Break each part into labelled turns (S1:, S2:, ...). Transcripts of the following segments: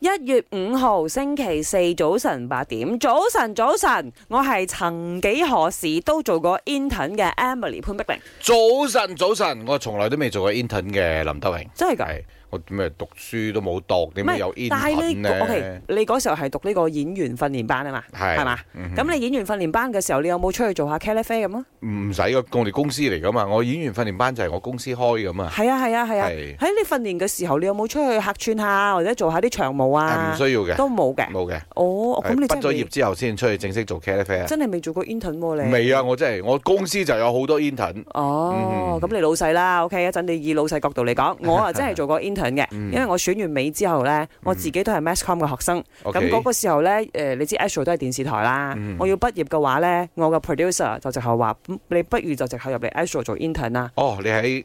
S1: 一月五號星期四早晨八點，早晨早晨，我係曾幾何時都做過 intern 嘅 Emily 潘碧玲，
S2: 早晨，早晨，我從來都未做過 intern 嘅林德榮，
S1: 真係㗎。
S2: 係我咩讀書都冇讀，
S1: 唔
S2: 點
S1: 係
S2: 解有
S1: 但係
S2: intern
S1: 你嗰 OK，
S2: 咧？
S1: 你嗰時候係讀呢個演員訓練班啊嘛，
S2: 係
S1: 係嘛？
S2: 嗯
S1: 咁你演員訓練班嘅時候，你有冇出去做下茄喱啡咁啊？
S2: 唔使噶，我哋公司嚟噶嘛，我演員訓練班就係我公司開噶嘛，
S1: 係啊係啊係啊！
S2: 係
S1: 喺你訓練嘅時候，你有冇出去客串下，或者做下啲長務
S2: 係
S1: 啊
S2: 唔？需要嘅，
S1: 都冇嘅。
S2: 冇嘅。
S1: 哦，咁
S2: 係
S1: 你真
S2: 畢咗
S1: 係
S2: 業之後先出去正式做 c a l i f a
S1: 未
S2: i
S1: 真係未做過 intern 喎你？
S2: 未啊，我啊真係我公司就有好多 intern，
S1: 哦，
S2: 嗯
S1: 咁你老細啦，OK，一陣你以老細角度嚟 講，我啊真係做過 intern 嘅，
S2: 嗯
S1: 因為我選完美之後呢，我自己都係 mass com 嘅學生，咁
S2: OK 嗯
S1: 嗰個時候呢，誒你知 Astro 都係電視台啦，我要畢業嘅話呢，我嘅 producer 就直頭話，嗯你不如就直頭入嚟 Astro 做 intern 啦，
S2: 哦，你喺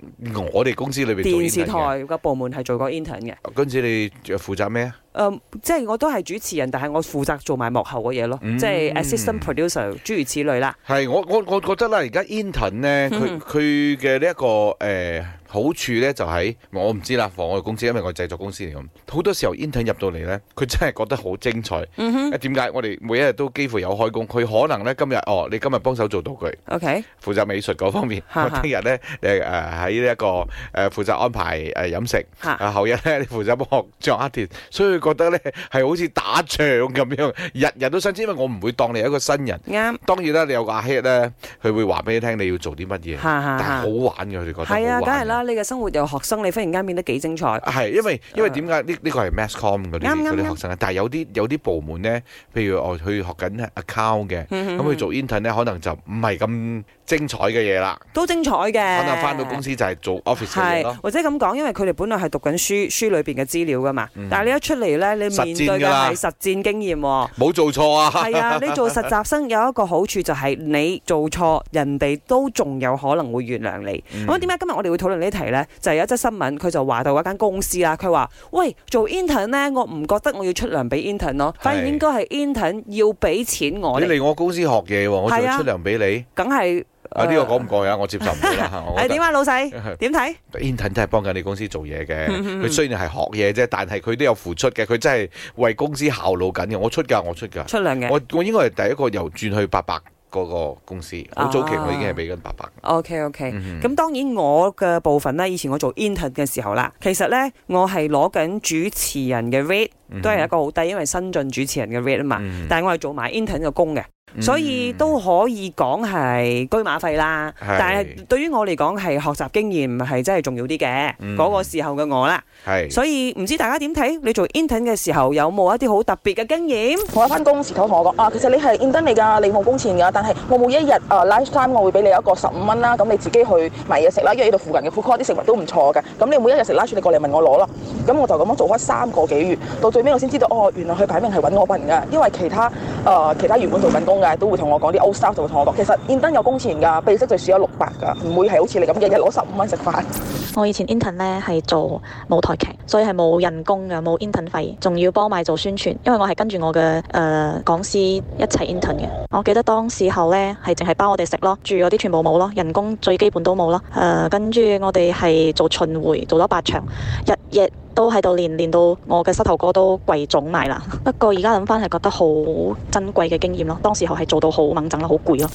S2: 我哋公司裏邊做
S1: 電視
S2: intern
S1: 台
S2: 嘅。
S1: 嘅部門係做過 intern 嘅，
S2: 嗰陣時你負責咩啊？
S1: 誒即係我都係主持人，但係我負責做埋幕後嘅嘢咯，
S2: 嗯
S1: 即係 assistant producer 諸如此類啦，
S2: 係我我我覺得啦，而家 intern 咧，佢佢嘅呢一個誒、呃好處咧，就喺、我唔知啦，放我哋公司，因為我係製作公司嚟咁，好多時候 intern 入到嚟咧，佢真係覺得好精彩。誒點解我哋每一日都幾乎有開工？佢可能咧今日哦，你今日幫手做道具，
S1: OK，
S2: 負責美術嗰方面；
S1: 哈哈
S2: 我聽日咧誒誒喺呢一個誒、呃、負責安排誒、呃、飲食。
S1: 嚇。
S2: 啊！後日咧，你負責幫我掌握田，所以佢覺得咧係好似打仗咁樣，日日都新鮮。因為我唔會當你係一個新人，
S1: 啱，
S2: 當然啦，你有個阿 head 咧，佢會話俾你聽你要做啲乜嘢，
S1: 嚇嚇
S2: 但係
S1: 嚇
S2: 好。玩嘅，佢哋覺得
S1: 係啊，
S2: 好
S1: 梗係
S2: 玩
S1: 啦！你嘅生活由學生，你忽然間變得幾精彩。
S2: 啊係，因為因為點解呢？呢個係 mass com 嗰啲
S1: 啱啱
S2: 嗰啲
S1: 啱
S2: 學生咧，但係有啲有啲部門咧，譬如我去學緊 account 嘅，咁佢做 intern 咧，可能就唔係咁精彩嘅嘢啦，
S1: 都精彩嘅。
S2: 可能翻到公司就係做 office 嘅嘢
S1: 係
S2: 咯，
S1: 或者咁講，因為佢哋本來係讀緊書，書裏邊嘅資料噶嘛。但係你一出嚟咧，你面對
S2: 嗯實踐
S1: 嘅
S2: 㗎啦
S1: 係實戰經驗 喎。
S2: 冇做錯啊！
S1: 係啊，你做實習生有一個好處就係你做錯，人哋都仲有可能會原諒你。
S2: 嗯
S1: 咁點解今日我哋會討論呢題呢？就係有一則新聞，佢就話到一間公司啦，佢話：喂，做 intern 呢，我唔覺得我要出糧俾 intern 咯，反而
S2: 係
S1: 應該係 intern 要俾錢我
S2: 你
S1: 哋，
S2: 嚟我公司學嘢喎，我仲
S1: 係啊
S2: 要出糧俾你。
S1: 梗係
S2: 啊！呢個講
S1: 誒
S2: 唔過癮，我接受唔到 啦。我
S1: 誒
S2: 覺
S1: 點啊，老細
S2: 得
S1: 點睇？
S2: intern 真係幫緊你公司做嘢嘅。佢雖然係學嘢啫，但係佢都有付出嘅。佢真係為公司效勞緊嘅。我出㗎，我出㗎。
S1: 出糧嘅。
S2: 我我應該係第一個由轉去八百嗰個公司。好早期我已經係俾緊八百。
S1: OK OK，咁、
S2: 嗯
S1: 當然我嘅部分咧，以前我做 intern 嘅時候啦，其實咧我係攞緊主持人嘅 rate，都
S2: 嗯
S1: 係一個好低，因為新進主持人嘅 rate 啊嘛。但係我係做埋 intern 嘅工嘅，
S2: 嗯
S1: 所以都可以講係居馬費啦。
S2: 係
S1: 但係對於我嚟講係學習經驗係真係重要啲嘅，嗰、個時候嘅我啦。
S2: 嗯係。
S1: 所以唔知大家點睇？你做 intern 嘅時候有冇一啲好特別嘅經驗？
S3: 我一翻工時頭同我講啊，其實你係 intern 嚟㗎，你冇工錢㗎，但係我每一日啊 lunchtime 我會俾你一個十五蚊啦，咁你自己去買嘢食啦，因為呢度附近嘅 food court 啲食物都唔錯嘅，咁你每一日食 lunch 你過嚟問我攞啦，咁我就咁樣做開三個幾月，到最尾我先知道哦，原來佢擺明係揾我笨㗎，因為其他啊其他原本做緊工嘅都會同我講啲 old staff 就會同我講，其實 intern 有工錢㗎，秘職最少有六百㗎，唔會係好似你咁日日攞十五蚊食飯。
S4: 我以前 intern 咧係做舞台劇，所以係冇人工嘅，冇 intern 費，仲要幫埋做宣傳，因為我係跟住我嘅誒、呃、講師一齊 intern 嘅。我記得當時候咧係淨係包我哋食咯，住嗰啲全部冇咯，人工最基本都冇咯。誒、跟住我哋係做巡迴，做咗八場，日夜都喺度練，練到我嘅膝頭哥都跪腫埋啦。不過而家諗翻係覺得好珍貴嘅經驗咯，當時候係做到好猛震咯，好攰咯。